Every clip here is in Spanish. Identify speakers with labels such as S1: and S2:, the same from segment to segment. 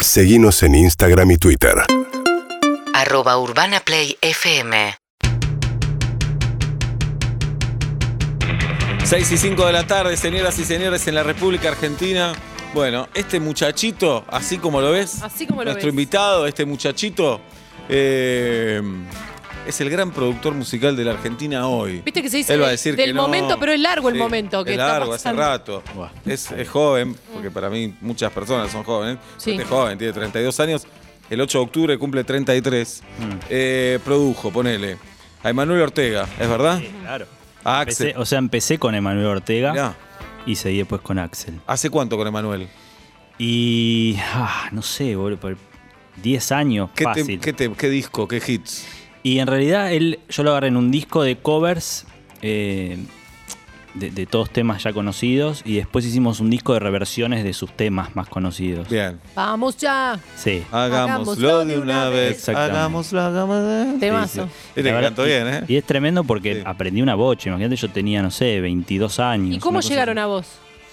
S1: Seguimos en Instagram y Twitter.
S2: arroba urbanaplayfm
S3: 6 y 5 de la tarde, señoras y señores, en la República Argentina. Bueno, este muchachito, así como lo ves,
S4: Así como lo
S3: nuestro
S4: ves.
S3: invitado, este muchachito, eh, es el gran productor musical de la Argentina hoy.
S4: Viste que se dice
S3: Él va a
S4: de-
S3: decir
S4: del
S3: que no.
S4: momento, pero es largo el
S3: Sí,
S4: momento que
S3: es
S4: está
S3: largo, hace
S4: pasando. Mm.
S3: rato. Es, es joven, porque para mí muchas personas son jóvenes.
S4: Sí.
S3: Este es joven, tiene 32 años. El 8 de octubre cumple 33. Eh, produjo, ponele. A Emanuel Ortega, ¿es verdad?
S5: Claro.
S3: A
S5: Empecé-
S3: Axel.
S5: o sea, empecé con Emanuel Ortega
S3: Mirá,
S5: y seguí después con Axel.
S3: ¿Hace cuánto con Emanuel?
S5: Y. ah, no sé, boludo. por 10 años,
S3: ¿Qué, te-
S5: fácil.
S3: qué te- qué disco? ¿Qué hits?
S5: Y en realidad él, yo lo agarré en un disco de covers eh, de, de todos temas ya conocidos y después hicimos un disco de reversiones de sus temas más conocidos.
S3: Bien. Ah,
S4: Vamos ya.
S5: Sí.
S3: Hagámoslo de una vez.
S5: Exactamente.
S3: Hagámoslo, hagámoslo.
S4: Temazo.
S3: Y le
S5: La verdad-
S3: cantó
S5: y-
S3: bien, ¿eh?
S5: Y es tremendo porque
S3: Sí.
S5: aprendí una bocha. Imagínate, yo tenía, no sé, 22 años.
S4: ¿Y cómo
S5: una cosa
S4: llegaron
S5: así.
S4: a vos?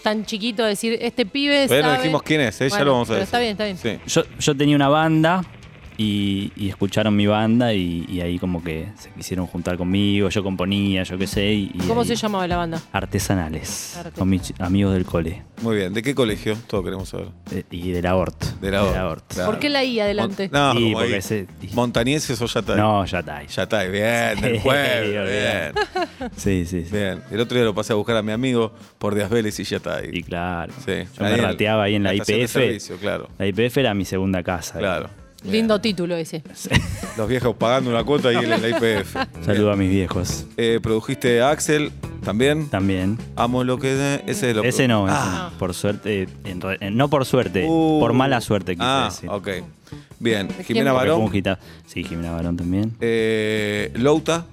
S4: Tan chiquito a decir, este pibe
S3: Todavía no
S4: sabe-
S3: dijimos quién es, ¿eh? ya
S4: Bueno,
S3: lo vamos a
S4: pero
S3: decir.
S4: está bien, está bien.
S3: Sí.
S5: Yo, yo tenía una banda y, y escucharon mi banda y, y ahí como que se quisieron juntar conmigo, yo componía, yo qué sé. Y, y
S4: ¿Cómo
S5: ahí-
S4: se llamaba la banda?
S5: Artesanales,
S4: Artesanales.
S5: con mis chi- amigos del cole
S3: Muy bien. ¿De qué colegio? Todo queremos saber.
S5: eh, y de la ORT.
S3: De la ORT, claro.
S4: ¿Por qué la I adelante?
S3: Mon- No,
S5: Sí,
S3: como ahí.
S5: porque se- y-
S3: ¿Montañeses o Yatay?
S5: No, ya está. ahí.
S3: Yatay, bien, del
S5: Sí,
S3: pueblo,
S5: olvidate.
S3: bien.
S5: Sí, sí, sí.
S3: Bien. El otro día lo pasé a buscar a mi amigo por Díaz Vélez y Yatay.
S5: Y claro.
S3: Sí.
S5: Yo me
S3: Ahí en-
S5: rateaba ahí en la
S3: estación de
S5: IPF.
S3: servicio, claro.
S5: La IPF era mi segunda casa.
S3: Claro.
S4: Lindo título ese.
S3: Los viejos pagando una cuota y él en la IPF.
S5: Saludo a mis viejos
S3: Eh, produjiste a Axel también.
S5: también.
S3: Amo lo que. de- Ese, lo
S5: Ese no, ese
S3: Ah.
S5: no. por suerte, eh, en re- eh, no por suerte,
S3: Uh.
S5: por mala suerte quise
S3: Ah,
S5: decir.
S3: ok. Bien.
S4: quién?
S3: Jimena
S5: Porque fue un
S3: Barón.
S5: hitazo. Sí, Jimena Barón también.
S3: Eh, Louta.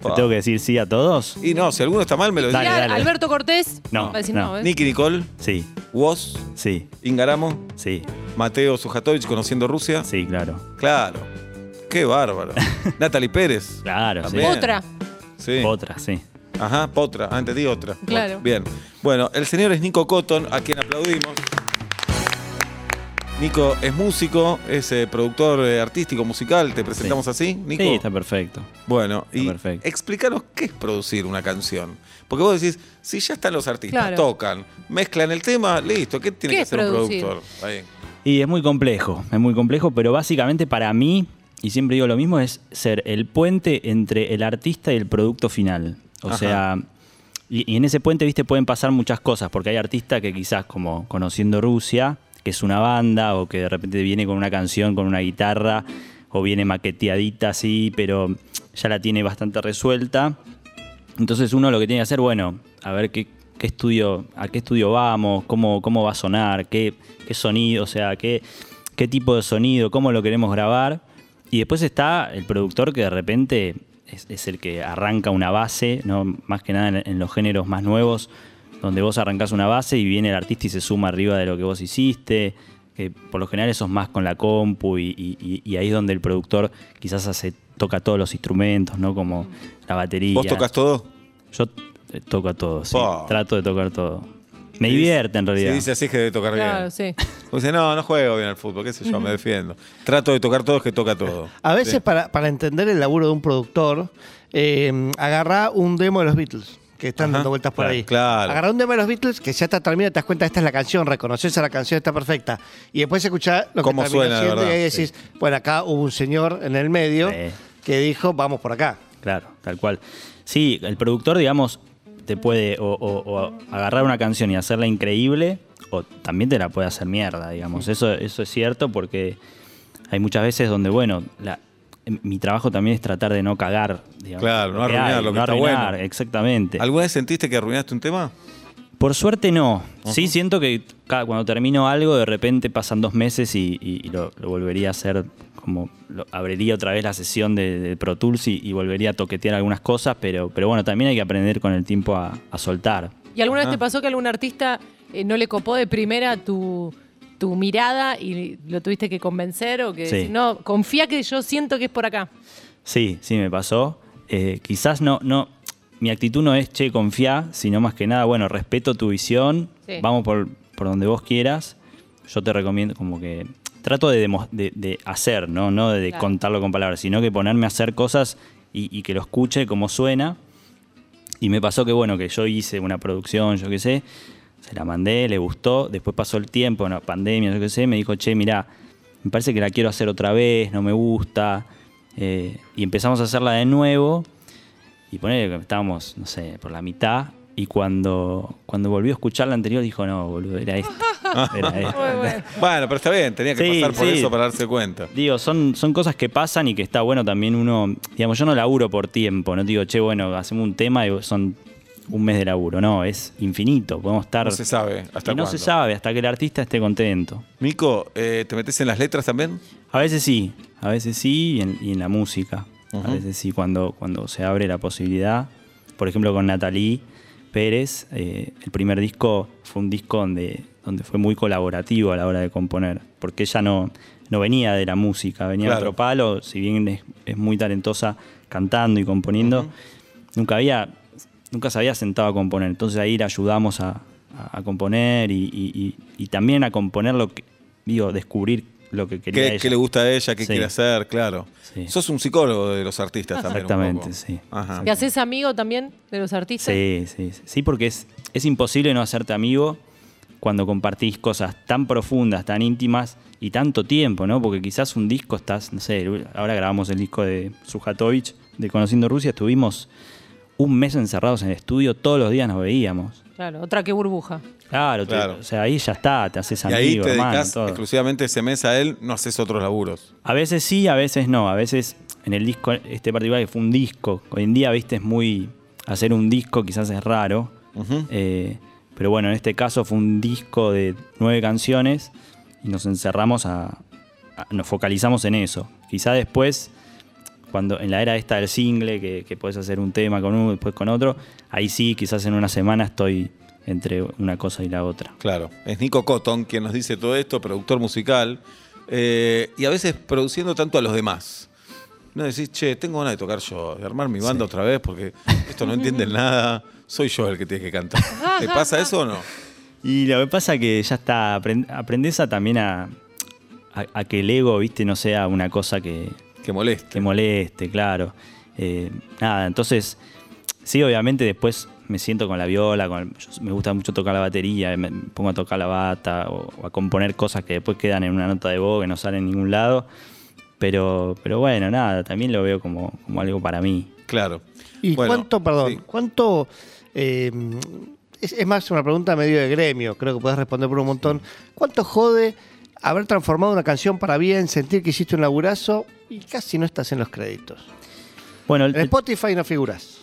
S5: ¿Te tengo que decir sí a todos?
S3: Y no, si alguno está mal, me lo
S5: Dale,
S4: Mirá,
S3: decís.
S5: dale.
S4: Alberto Cortés.
S5: No,
S4: va a decir,
S5: no.
S4: ¿eh?
S3: Nicky Nicole,
S5: Sí,
S3: Woz,
S5: sí,
S3: Ingaramo,
S5: sí,
S3: Mateo Sujatovich conociendo Rusia.
S5: sí, claro.
S3: Claro. Qué bárbaro. Natalie Pérez.
S5: Claro, sí.
S3: También.
S4: Otra.
S3: Sí.
S5: Otra, sí.
S3: Ajá, Potra. Ah, entendí otra.
S4: Claro.
S3: Bien. Bueno, el señor es Nico Cotton, a quien aplaudimos. Nico es músico, es eh, productor eh, artístico musical. ¿Te presentamos así, Nico?
S5: Sí, está perfecto.
S3: Bueno, y
S5: Está perfecto.
S3: explícanos qué es producir una canción. Porque vos decís, si ya están los artistas,
S4: Claro.
S3: tocan, mezclan el tema, listo, ¿qué tiene
S4: ¿Qué
S3: que
S4: es
S3: hacer un
S4: producir?
S3: productor? Ahí.
S5: Y es muy complejo, es muy complejo, pero básicamente para mí, y siempre digo lo mismo, es ser el puente entre el artista y el producto final. O
S3: Ajá.
S5: sea, y, y en ese puente, viste, pueden pasar muchas cosas, porque hay artistas que quizás como conociendo Rusia, que es una banda, o que de repente viene con una canción, con una guitarra, o viene maqueteadita así, pero ya la tiene bastante resuelta. Entonces uno lo que tiene que hacer, bueno, a ver qué, qué estudio, a qué estudio vamos, cómo, cómo va a sonar, qué, qué sonido, o sea, qué, qué tipo de sonido, cómo lo queremos grabar. Y después está el productor que de repente es, es el que arranca una base, ¿no? más que nada en, en los géneros más nuevos, donde vos arrancás una base y viene el artista y se suma arriba de lo que vos hiciste. Que por lo general eso es más con la compu y, y- y- y ahí es donde el productor quizás hace, toca todos los instrumentos, ¿no? Como la batería.
S3: ¿Vos tocas todo?
S5: Yo eh, toco a todo, sí.
S3: Pa.
S5: Trato de tocar todo. Me
S3: Si
S5: divierte en
S3: dice-
S5: realidad.
S3: Si dice así es que debe tocar
S4: Claro,
S3: bien.
S4: sí.
S3: Vos Dice, no, no juego bien al fútbol, qué sé yo, me defiendo. Trato de tocar todo es que toca todo.
S6: A veces
S3: Sí.
S6: para, para entender el laburo de un productor, eh, agarrá un demo de los Beatles, que están
S3: Ajá,
S6: dando vueltas por
S3: claro,
S6: ahí.
S3: claro.
S6: Agarrá un demo de los Beatles, que ya está terminado, te das cuenta, esta es la canción, reconoces a la canción, está perfecta. Y después escuchás lo
S3: Cómo
S6: que terminó
S3: suena, de
S6: siendo y
S3: verdad.
S6: ahí decís, bueno, acá hubo un señor en el medio
S5: Sí.
S6: que dijo, vamos por acá.
S5: Claro, tal cual. Sí, el productor, digamos, te puede o, o- o agarrar una canción y hacerla increíble, o también te la puede hacer mierda, digamos. Eso, eso es cierto porque hay muchas veces donde, bueno, la- m- mi trabajo también es tratar de no cagar, digamos.
S3: Claro, no
S5: lo que hay,
S3: arruinar lo que
S5: no
S3: está
S5: arruinar,
S3: bueno.
S5: exactamente.
S3: ¿Alguna vez sentiste que arruinaste un tema?
S5: Por suerte no. Sí, siento que cada- cuando termino algo, de repente pasan dos meses y, y- y lo, lo volvería a hacer como lo- abriría otra vez la sesión de, de Pro Tools y, y volvería a toquetear algunas cosas, pero, pero bueno, también hay que aprender con el tiempo a, a soltar.
S4: ¿Y alguna
S5: Ah.
S3: Ajá.
S4: vez te pasó que algún artista eh, no le copó de primera tu, tu mirada y lo tuviste que convencer o que
S5: Sí.
S4: decir, no, confía que yo siento que es por acá?
S5: Sí, sí me pasó. Eh, quizás no, no, mi actitud no es che, confía, sino más que nada, bueno, respeto tu visión,
S4: Sí.
S5: vamos por, por donde vos quieras. yo te recomiendo, como que trato de, demo- de- de hacer, ¿no? No de
S4: Claro.
S5: contarlo con palabras, sino que ponerme a hacer cosas y, y que lo escuche como suena. Y me pasó que, bueno, que yo hice una producción, yo qué sé, se la mandé, le gustó, después pasó el tiempo, una pandemia, yo qué sé, me dijo, che, mirá, me parece que la quiero hacer otra vez, no me gusta. Eh, y empezamos a hacerla de nuevo. Y ponele que estábamos, no sé, por la mitad. Y cuando, cuando volvió a escuchar la anterior, dijo, no, boludo, era esta. Era esta.
S3: Bueno, pero está bien, tenía que
S5: Sí,
S3: pasar por
S5: sí.
S3: eso para darse cuenta.
S5: Digo, son, son cosas que pasan y que está bueno también uno. Digamos, yo no laburo por tiempo, no digo, che, bueno, hacemos un tema y son un mes de laburo. No, es infinito. Podemos estar.
S3: No se sabe hasta
S5: y no
S3: cuándo.
S5: se sabe hasta que el artista esté contento.
S3: Mico, eh, ¿te metes en las letras también?
S5: A veces sí, a veces sí, y en, y en la música.
S3: Ujú.
S5: A veces sí, cuando, cuando se abre la posibilidad. Por ejemplo, con Natalie Pérez, eh, el primer disco fue un disco donde, donde fue muy colaborativo a la hora de componer, porque ella no, no venía de la música, venía de
S3: Claro.
S5: otro palo, si bien es, es muy talentosa cantando y componiendo, nunca había nunca se había sentado a componer. Entonces ahí la ayudamos a, a- a componer y, y- y- y también a componer lo que, digo, descubrir lo que quería
S3: ¿Qué,
S5: ella.
S3: qué le gusta a ella? ¿Qué
S5: Sí.
S3: quiere hacer? Claro.
S5: Sí.
S3: Sos un psicólogo de los artistas también. un
S5: Exactamente,
S3: poco.
S5: sí.
S3: Ajá.
S4: ¿Te haces amigo también de los artistas?
S5: Sí, sí, sí. Sí, porque es, es imposible no hacerte amigo cuando compartís cosas tan profundas, tan íntimas y tanto tiempo, ¿no? Porque quizás un disco estás, no sé, ahora grabamos el disco de Sujatovich de Conociendo Rusia, estuvimos un mes encerrados en el estudio, todos los días nos veíamos.
S4: Claro, otra que burbuja.
S5: Claro, te-
S3: Claro.
S5: o sea, ahí ya está, te haces
S3: Y
S5: amigo,
S3: ahí te
S5: hermano,
S3: dedicas
S5: todo.
S3: exclusivamente ese mes a él, no haces otros laburos.
S5: A veces sí, a veces no. A veces en el disco, este particular que fue un disco. Hoy en día, viste, es muy. Hacer un disco quizás es raro.
S3: Ujú.
S5: Eh, pero bueno, en este caso fue un disco de nueve canciones y nos encerramos a. a- nos focalizamos en eso. Quizás después, cuando en la era esta del single, que, que puedes hacer un tema con uno, después con otro, ahí sí, quizás en una semana estoy entre una cosa y la otra.
S3: Claro. Es Nico Cotton quien nos dice todo esto, productor musical, eh, y a veces produciendo tanto a los demás. No decís, che, tengo ganas de tocar yo, de armar mi banda otra vez, porque esto no entienden nada, soy yo el que tiene que cantar. ¿Te pasa eso o no?
S5: Y lo que pasa que ya está, aprend- aprendes a también a, a- a que el ego, viste, no sea una cosa que,
S3: Que molesta.
S5: que moleste, claro. Eh, nada, entonces, sí, obviamente después me siento con la viola, con el- yo- me gusta mucho tocar la batería, me me pongo a tocar la bata o, o a componer cosas que después quedan en una nota de voz que no salen en ningún lado. Pero, pero bueno, nada, también lo veo como, como algo para mí.
S3: Claro.
S6: ¿Y
S3: Bueno,
S6: cuánto, perdón,
S3: sí.
S6: cuánto... eh, es, es más una pregunta medio de gremio, creo que puedes responder por un montón. ¿Cuánto jode haber transformado una canción para bien, sentir que hiciste un laburazo y casi no estás en los créditos?
S5: Bueno, el-
S6: En Spotify no figuras.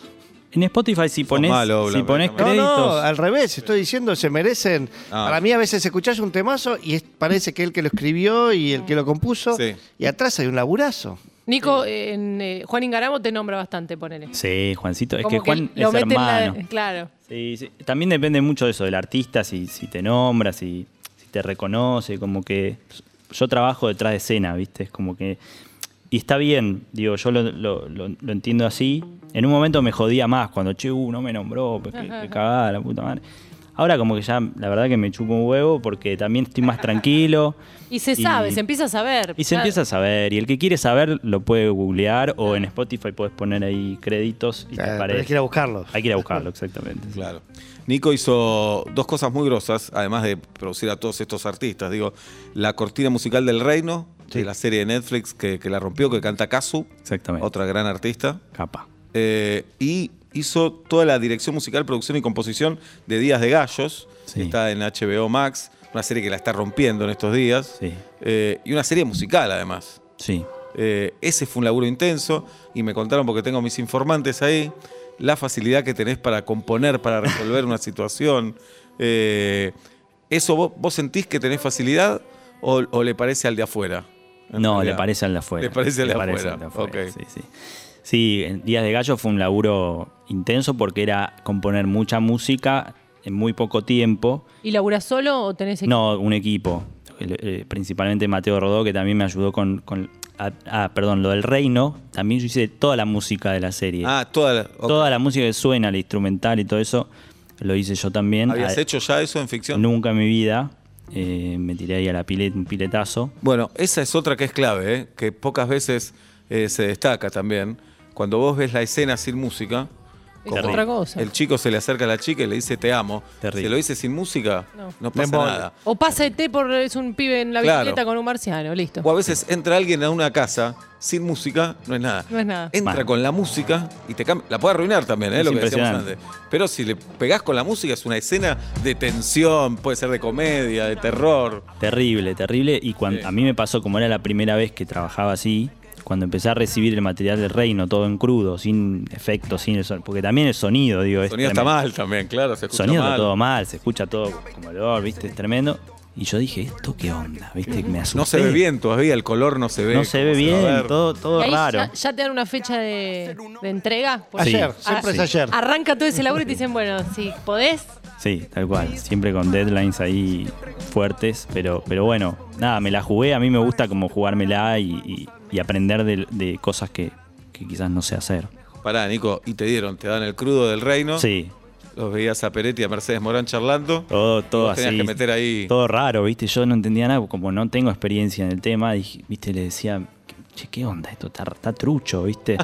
S5: en Spotify si pones,
S3: malo,
S5: si
S3: Blas,
S5: pones
S3: también.
S6: No,
S5: créditos...
S6: no, al revés, estoy diciendo, se merecen.
S3: Ah.
S6: Para mí a veces escuchás un temazo y es- parece que el que lo escribió y el que lo compuso,
S3: Sí.
S6: y atrás hay un laburazo.
S4: Nico, en, eh, Juan Ingaramo te nombra bastante, ponele.
S5: Sí, Juancito, es
S4: Como
S5: que Juan
S4: lo
S5: es
S4: mete en la-
S5: hermano.
S4: Claro.
S5: Sí, sí. También depende mucho de eso, del artista, si, si te nombra, si, si te reconoce, como que yo trabajo detrás de escena, ¿viste? Es como que... Y está bien, digo, yo lo, lo- lo- lo entiendo así. En un momento me jodía más cuando, che, uh, no me nombró, pues que, que cagada, la puta madre. Ahora como que ya, la verdad que me chupo un huevo porque también estoy más tranquilo.
S4: Y se sabe, se empieza a saber.
S5: Y se
S4: claro.
S5: empieza a saber, y el que quiere saber lo puede googlear o en Spotify puedes poner ahí créditos y
S6: Eh,
S5: te
S6: pero
S5: aparece.
S6: hay que ir a buscarlo.
S5: Hay que ir a buscarlo, exactamente.
S3: Claro. Nico hizo dos cosas muy grosas, además de producir a todos estos artistas. Digo, la cortina musical del reino, de la serie de Netflix que, que la rompió, que canta Kazu,
S5: Exactamente.
S3: otra gran artista.
S5: Capa.
S3: Eh, y hizo toda la dirección musical, producción y composición de Días de Gallos.
S5: Sí.
S3: Está en HBO Max, una serie que la está rompiendo en estos días.
S5: Sí.
S3: Eh, y una serie musical, además.
S5: Sí.
S3: Eh, ese fue un laburo intenso y me contaron, porque tengo mis informantes ahí, la facilidad que tenés para componer, para resolver una situación. Eh, ¿Eso vos, vos sentís que tenés facilidad o, o le parece al de afuera? En
S5: No,
S3: realidad.
S5: le parece al de afuera.
S3: Ah, Le parece al de afuera.
S5: al de afuera,
S3: Ok.
S5: Sí, sí. Sí, en Días de Gallo fue un laburo intenso porque era componer mucha música en muy poco tiempo.
S4: ¿Y laburás solo o tenés equipo?
S5: No, un equipo. El- eh, principalmente Mateo Rodó, que también me ayudó con. con- ah, ah, perdón, lo del reino. También yo hice toda la música de la serie.
S3: Ah, toda la- ok.
S5: Toda la música que suena, la instrumental y todo eso, lo hice yo también.
S3: ¿Habías
S5: Ah,
S3: hecho ya eso en ficción?
S5: Nunca en mi vida. eh, me tiré ahí a la pileta, un piletazo.
S3: Bueno, esa es otra que es clave, ¿eh? que pocas veces eh, se destaca también. Cuando vos ves la escena sin música,
S4: Es
S3: como
S4: otra cosa.
S3: el chico se le acerca a la chica y le dice te amo.
S5: Terrible.
S3: Si lo dice sin música,
S4: No.
S3: no,
S6: Me
S3: pasa
S6: embole.
S3: nada.
S4: O pásate por es un pibe en la
S3: Claro.
S4: bicicleta con un marciano, listo.
S3: O a veces entra alguien a una casa sin música, no es nada.
S4: No es nada.
S3: Entra
S5: Mal.
S3: con la música y te cambia. La puede arruinar también, ¿eh?
S5: Es
S3: lo que decíamos
S5: impresionante.
S3: antes. Pero si le pegás con la música, es una escena de tensión, puede ser de comedia, de terror.
S5: Terrible, terrible. Y cuando,
S3: Sí.
S5: a mí me pasó, como era la primera vez que trabajaba así, cuando empecé a recibir el material del reino, todo en crudo, sin efectos, sin el son- Porque también el sonido, digo,
S3: El
S5: es
S3: sonido está
S5: Pues tremendo.
S3: mal también, claro. Se
S5: El
S3: escucha
S5: sonido está
S3: mal.
S5: todo mal, se escucha todo como el olor, ¿viste? Es tremendo. Y yo dije, ¿esto qué onda? ¿Viste? Me asusté.
S3: No se ve bien todavía, el color no se ve.
S5: No se ve
S3: ¿Cómo va a
S5: bien,
S3: ver?
S5: todo, todo
S4: Y ahí
S5: raro.
S4: Ya, ya te dan una fecha de, de entrega. por
S5: Sí.
S6: Ayer,
S4: ejemplo.
S6: siempre
S5: sí.
S6: es ayer.
S4: Arranca todo ese laburo y te dicen, bueno, si podés,
S5: Sí, tal cual. Siempre con deadlines ahí fuertes, pero, pero bueno, nada, me la jugué. A mí me gusta como jugármela y, y- y aprender de, de cosas que, que quizás no sé hacer.
S3: Pará, Nico, y te dieron, te dan el crudo del reino.
S5: Sí, Oh.
S3: Los veías a Peretti y a Mercedes Morán charlando.
S5: todo, todo
S3: Vos tenías
S5: así.
S3: que meter ahí.
S5: Todo raro, ¿viste? Yo no entendía nada, como no tengo experiencia en el tema, dije, ¿viste? Le decía, che, ¿qué onda esto? Está, está trucho, ¿viste?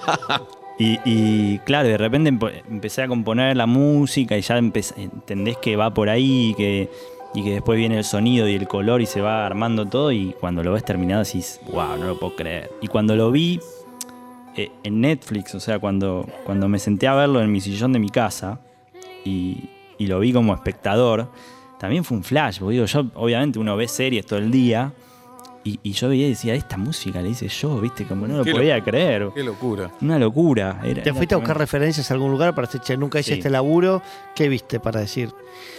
S5: Y, y, claro, de repente empe- empecé a componer la música y ya empe- entendés que va por ahí y que, y que después viene el sonido y el color y se va armando todo y cuando lo ves terminado decís, wow, no lo puedo creer. Y cuando lo vi eh, en Netflix, o sea, cuando, cuando me senté a verlo en mi sillón de mi casa y, y lo vi como espectador, también fue un flash, porque digo, yo obviamente uno ve series todo el día y, y yo veía y decía, esta música la hice yo, viste, como no lo
S3: Qué lo-
S5: podía creer.
S3: Qué locura.
S5: Una locura. Era,
S6: ¿Te
S5: era
S6: fuiste a buscar
S5: tremendo.
S6: referencias a algún lugar para decir, che, nunca hice
S5: Sí.
S6: este laburo? ¿Qué viste para decir,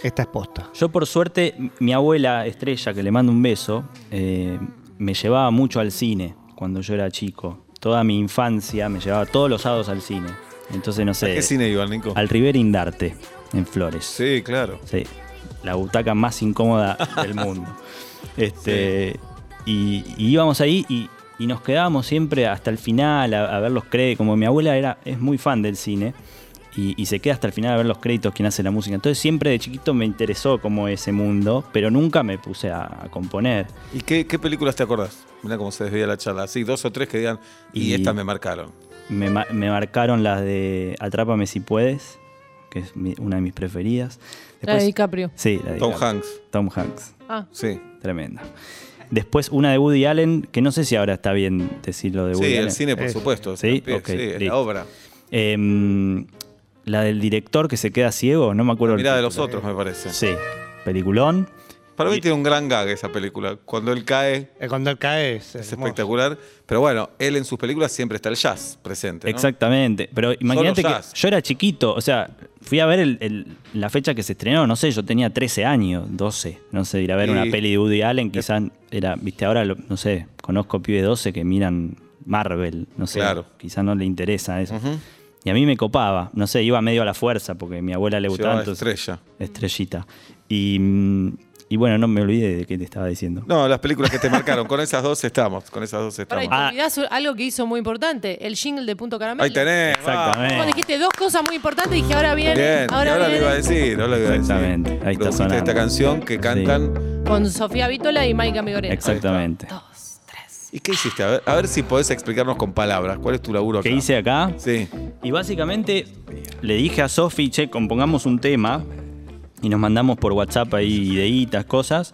S6: esta es posta?
S5: Yo, por suerte, m- mi abuela Estrella, que le mando un beso, eh, me llevaba mucho al cine cuando yo era chico. Toda mi infancia me llevaba todos los sábados al cine. Entonces, no
S3: ¿A
S5: sé.
S3: qué cine iban, Nico?
S5: Al River Indarte, en Flores.
S3: Sí, claro.
S5: Sí. La butaca más incómoda del mundo. Este, y, y íbamos ahí y, y nos quedábamos siempre hasta el final a, a ver los créditos. Como mi abuela era, es muy fan del cine y, y se queda hasta el final a ver los créditos, quién hace la música. Entonces siempre de chiquito me interesó como ese mundo, pero nunca me puse a, a componer.
S3: ¿Y qué, qué películas te acordás? Mirá cómo se desvía la charla. Sí, dos o tres que digan, y,
S5: Y-
S3: estas me marcaron.
S5: Me, ma- me marcaron las de Atrápame si puedes, que es mi- una de mis preferidas.
S4: la de
S5: Después-
S4: DiCaprio.
S5: sí, la de
S3: Tom
S5: DiCaprio.
S3: Hanks,
S5: Tom Hanks.
S4: Ah,
S3: sí.
S5: Tremenda. Después una de Woody Allen, que no sé si ahora está bien decirlo de Woody
S3: Sí,
S5: Allen.
S3: el cine, por
S6: Es-
S3: supuesto.
S5: Sí,
S3: También,
S5: ok,
S3: sí, es
S5: listo.
S3: la obra.
S5: Em, la del director que se queda ciego, no me acuerdo. el
S3: Ah, Mirá de los
S5: título.
S3: otros, Este, me parece.
S5: Sí, peliculón.
S3: Para mí
S5: Y-
S3: tiene un gran gag esa película. Cuando él cae,
S6: Eh, Cuando él cae es,
S3: es
S6: hermoso.
S3: espectacular. Pero bueno, él en sus películas siempre está el jazz presente. ¿no?
S5: Exactamente. Pero imagínate que
S3: jazz.
S5: yo era chiquito, o sea, fui a ver el- el- la fecha que se estrenó, no sé, yo tenía 13 años, 12, no sé, ir a ver
S3: Y-
S5: una peli de Woody Allen, quizás era, viste, ahora, lo- no sé, conozco pibes de 12 que miran Marvel, no sé,
S3: Claro.
S5: quizás no le interesa eso.
S3: Ujú.
S5: Y a mí me copaba, no sé, iba medio a la fuerza porque mi abuela le gustaba.
S3: Llevaba
S5: entonces-
S3: estrella.
S5: Estrellita. Y, mm, y bueno, no me olvidé de qué te estaba diciendo.
S3: No, las películas que te marcaron. Con esas dos estamos. Con esas dos
S4: para
S3: estamos.
S4: ahí
S5: Ah.
S4: te olvidás algo que hizo muy importante, el jingle de Punto Caramelo.
S3: Ahí tenés. vamos.
S4: Vos
S5: Exactamente.
S4: dijiste dos cosas muy importantes y dije, ahora viene,
S3: Bien, y
S4: ahora,
S3: ahora lo
S4: viene
S3: iba a decir, ahora lo iba a decir.
S5: Exactamente, ahí está
S3: Produjiste
S5: sonando.
S3: esta canción que cantan.
S4: con Sofía Vitola y Maika Migorena.
S5: Exactamente.
S4: Dos, tres.
S3: ¿Y qué hiciste? A ver, a ver si podés explicarnos con palabras. ¿Cuál es tu laburo acá?
S5: ¿Qué hice acá?
S3: Sí.
S5: Y básicamente le dije a Sofi, che, compongamos un tema y nos mandamos por WhatsApp ahí ideitas, cosas.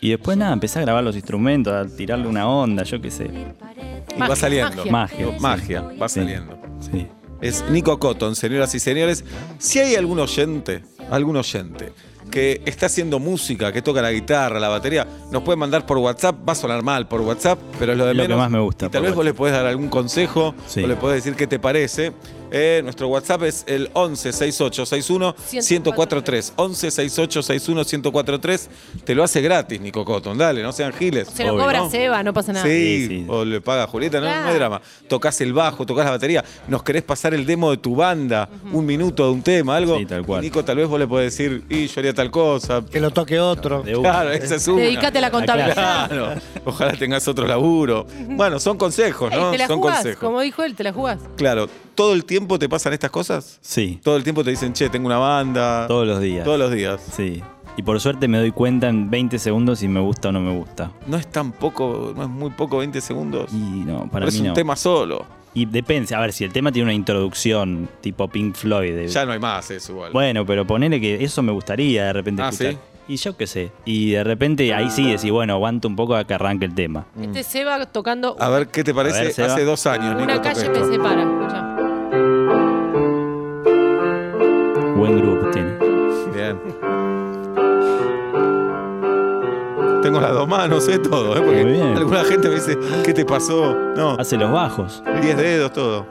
S5: Y después nada, empecé a grabar los instrumentos, a tirarle una onda, yo qué sé.
S3: Y
S4: Magia,
S3: va saliendo.
S5: magia.
S3: No, Magia, va saliendo.
S5: Sí.
S3: Es Nico Cotton, señoras y señores. Si hay algún oyente, algún oyente que está haciendo música, que toca la guitarra, la batería, nos puede mandar por WhatsApp. Va a sonar mal por WhatsApp, pero es lo de
S5: Es lo que
S3: menos.
S5: más me gusta,
S3: Y tal
S5: por
S3: vez vos le podés dar algún consejo
S5: Sí.
S3: o le podés decir qué te parece. Eh, nuestro WhatsApp es el 11 68 61 1043. 11 68 61 1043. Te lo hace gratis, Nico Cotton. Dale, no sean giles.
S4: Se lo
S5: Obvio,
S4: cobra
S3: ¿no?
S4: Seba, no pasa nada.
S3: Sí,
S5: Sí, sí.
S3: o le paga a Julieta, no,
S4: Claro.
S3: no hay drama. Tocas el bajo, tocas la batería, nos querés pasar el demo de tu banda, un minuto de un tema, algo.
S5: Sí, tal cual.
S3: Y Nico, tal vez vos le podés decir, y yo haría tal cosa.
S6: Que lo toque otro.
S5: De una.
S3: Claro, esa es una.
S4: Dedicate a la contabilidad.
S3: Claro, ojalá tengas otro laburo. Bueno, son consejos,
S4: Ey,
S3: ¿no?
S4: te la
S3: son
S4: jugás,
S3: consejos.
S4: como dijo él, te la jugás.
S3: Claro, ¿todo el tiempo te pasan estas cosas?
S5: Sí,
S3: Todo el tiempo te dicen, che, tengo una banda.
S5: todos los días.
S3: Todos los días.
S5: Sí. Y por suerte me doy cuenta en 20 segundos si me gusta o no me gusta.
S3: No es tan poco, no es muy poco 20 segundos.
S5: Y no, para
S3: No es
S5: mí
S3: un
S5: no.
S3: tema solo.
S5: Y depende, a ver, si el tema tiene una introducción tipo Pink Floyd. de-
S3: Ya no hay más eso igual.
S5: Bueno, pero ponele que eso me gustaría de repente
S3: Ah,
S5: escuchar.
S3: ¿sí?
S5: Y yo qué sé. Y de repente ahí sí decís, bueno, aguanto un poco a que arranque el tema.
S4: Este Seba tocando
S3: Mm. a ver qué te
S5: A
S3: parece.
S5: ver, Seba.
S3: Hace dos años, Nico.
S4: una
S3: toca
S4: calle me
S3: esto.
S4: separa. escuchá.
S5: Buen grupo tiene.
S3: Bien. Tengo las dos manos, sé todo, ¿eh? porque
S5: Muy bien.
S3: alguna gente me dice, ¿qué te pasó? No,
S5: Hace los bajos.
S3: 10 dedos, todo.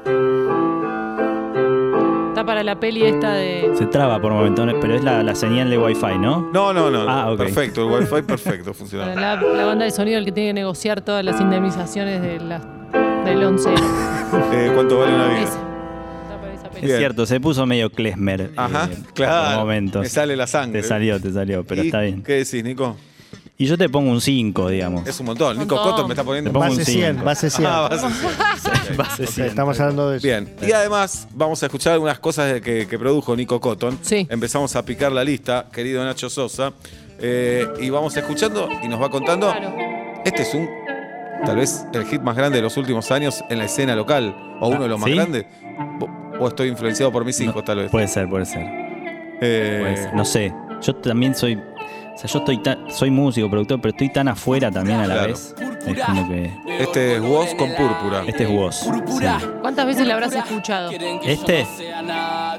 S4: Está para la peli esta de.
S5: Se traba por momentos, pero es la, la señal de Wi-Fi, ¿no?
S3: No, no, no.
S5: Ah, ok.
S3: Perfecto, el wifi perfecto,
S4: para
S3: funcionaba.
S4: La, la banda de sonido el que tiene que negociar todas las indemnizaciones de las, del 11.
S3: Eh, ¿Cuánto vale una
S4: Esa.
S3: vida?
S4: Está para esa peli.
S5: Es
S3: Bien.
S5: cierto, se puso medio Klesmer. eh,
S3: Ajá,
S5: Por
S3: claro.
S5: momentos.
S3: Me sale la sangre.
S5: Te salió, te salió, pero
S3: ¿Y
S5: está bien.
S3: ¿Qué decís, Nico?
S5: Y yo te pongo un 5, digamos.
S3: Es un montón. Nico
S4: Montón.
S3: Cotton me está poniendo.
S5: Te pongo
S6: Base
S5: un
S6: 100,
S5: cinco.
S6: base 100.
S3: Ah, vas a-
S5: Base
S6: Ok,
S5: 100.
S6: estamos hablando de eso.
S3: Bien. Y además vamos a escuchar algunas cosas de que, que produjo Nico Cotton.
S4: Sí.
S3: Empezamos a picar la lista, querido Nacho Sosa. Eh, y vamos escuchando y nos va contando.
S4: Claro.
S3: Este es un, tal vez, el hit más grande de los últimos años en la escena local. O uno de los más
S5: ¿sí?
S3: grandes. O- O estoy influenciado por mis hijos, tal vez.
S5: Puede ser, puede ser.
S3: Eh,
S5: Puede ser. pues, No sé. Yo también soy. O sea, yo estoy tan- soy músico, productor, pero estoy tan afuera también a la
S3: Claro.
S5: vez. Es como que.
S3: Este es Woz con púrpura.
S5: Este es vos. sí.
S4: ¿Cuántas veces la habrás escuchado?
S5: Este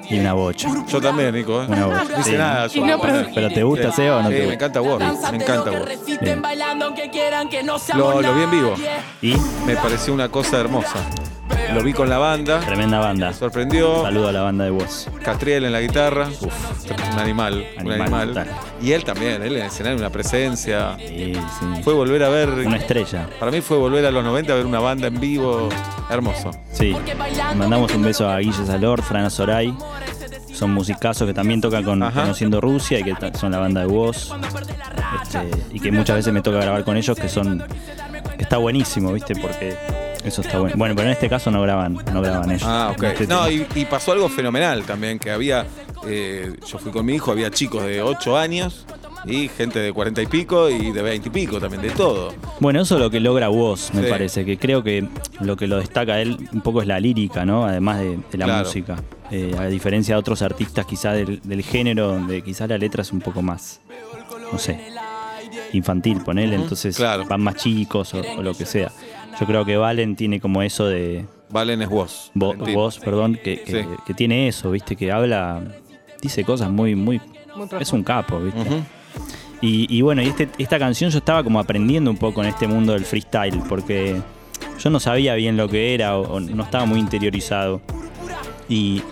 S5: y una bocha.
S3: Yo también, Nico. ¿eh?
S5: Una voz,
S3: No hice
S5: sí.
S3: nada. yo.
S4: Ah, Y no
S3: Bueno,
S4: produje.
S5: Pero te gusta,
S7: Este.
S5: Seba, o no
S3: Sí,
S5: te
S3: me
S5: gusta.
S3: encanta Woz. Me encanta Woz. Lo, lo vi en vivo.
S5: Y
S3: Me pareció una cosa hermosa. Lo vi con la banda.
S5: tremenda banda.
S3: Me sorprendió.
S5: Saludo a la banda de vos.
S3: Catriel en la guitarra. un animal. Un
S5: Animal
S3: animal.
S5: total.
S3: Y él también. Él en el escenario, una presencia.
S5: Sí, sí.
S3: Fue volver a ver.
S5: Una estrella.
S3: Para mí fue volver a los 90 a ver una banda en vivo. Hermoso.
S5: Sí. Mandamos un beso a Guille Salor, Fran Soray. Son musicazos que también tocan con
S3: Ajá.
S5: Conociendo Rusia y que ta- son la banda de voz. Este, y que muchas veces me toca grabar con ellos, que son. que está buenísimo, ¿viste? Porque eso está bueno. Bueno, pero en este caso no graban, no graban ellos.
S3: Ah,
S5: En este
S3: ok. No,
S5: tema.
S3: y, y pasó algo fenomenal también, que había, eh, yo fui con mi hijo, había chicos de 8 años y gente de 40 y pico y de 20 y pico también, de todo.
S5: Bueno, eso es lo que logra vos, me
S3: Sí.
S5: parece, que creo que lo que lo destaca a él un poco es la lírica, ¿no? Además de, de la
S3: Claro.
S5: música. Eh, a diferencia de otros artistas quizá del, del género, donde quizá la letra es un poco más, no sé, infantil, ponele, entonces
S3: claro.
S5: van más chicos o, o lo que sea. Yo creo que Valen tiene como eso de
S3: Valen es vos.
S5: vo-
S3: Valentín.
S5: voz, perdón, que, que-
S3: Sí.
S5: que tiene eso, ¿viste? Que habla, dice cosas muy, muy...
S4: Muy profundo.
S5: es un capo, ¿viste?
S3: Ujú.
S5: Y, y bueno, y este- esta canción yo estaba como aprendiendo un poco en este mundo del freestyle, porque yo no sabía bien lo que era o, o no estaba muy interiorizado. Y,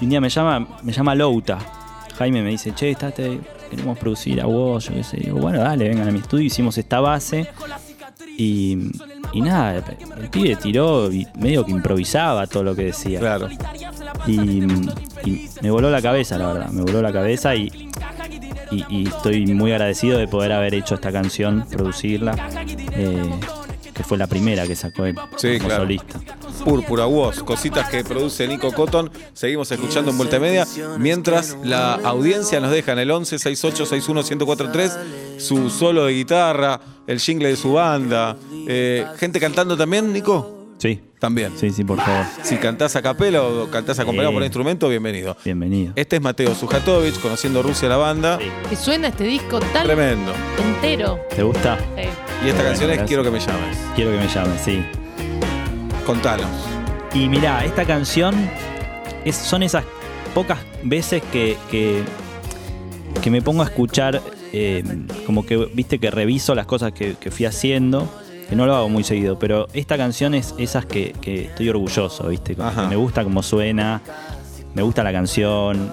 S5: y un día me llama, me llama Louta. Jaime me dice, che, está- te- queremos producir a vos, yo qué sé. Digo, bueno, dale, vengan a mi estudio, hicimos esta base. Y, y nada, el, el pibe tiró y medio que improvisaba todo lo que decía
S3: Claro.
S5: y, y me voló la cabeza, la verdad. Me voló la cabeza y, y- y estoy muy agradecido de poder haber hecho esta canción, producirla, eh, que fue la primera que sacó él
S3: Sí,
S5: como
S3: claro.
S5: solista.
S3: Púrpura Woz, cositas que produce Nico Cotton. Seguimos escuchando en vuelta y media. Mientras la audiencia nos deja en el 11 68 61 1043 su solo de guitarra, el jingle de su banda. Eh, ¿Gente cantando también, Nico?
S5: Sí,
S3: También.
S5: sí, sí, por favor.
S3: Si cantás a capela o cantás acompañado
S5: Sí.
S3: por un instrumento, bienvenido.
S5: Bienvenido.
S3: Este es Mateo Sujatovich, conociendo Rusia la banda.
S5: Sí.
S4: Que suena este disco tan
S3: Tremendo.
S4: entero.
S5: ¿Te gusta?
S4: Sí.
S3: Y esta
S5: Bueno,
S3: canción es
S5: gracias.
S3: Quiero que me llames.
S5: Quiero que me llames, sí.
S3: Contanos.
S5: Y mirá, esta canción es- son esas pocas veces que, que, que me pongo a escuchar, eh, como que, viste, que reviso las cosas que, que fui haciendo, que no lo hago muy seguido, pero esta canción es esas que, que estoy orgulloso, viste, como que
S3: Ajá.
S5: me gusta cómo suena, me gusta la canción,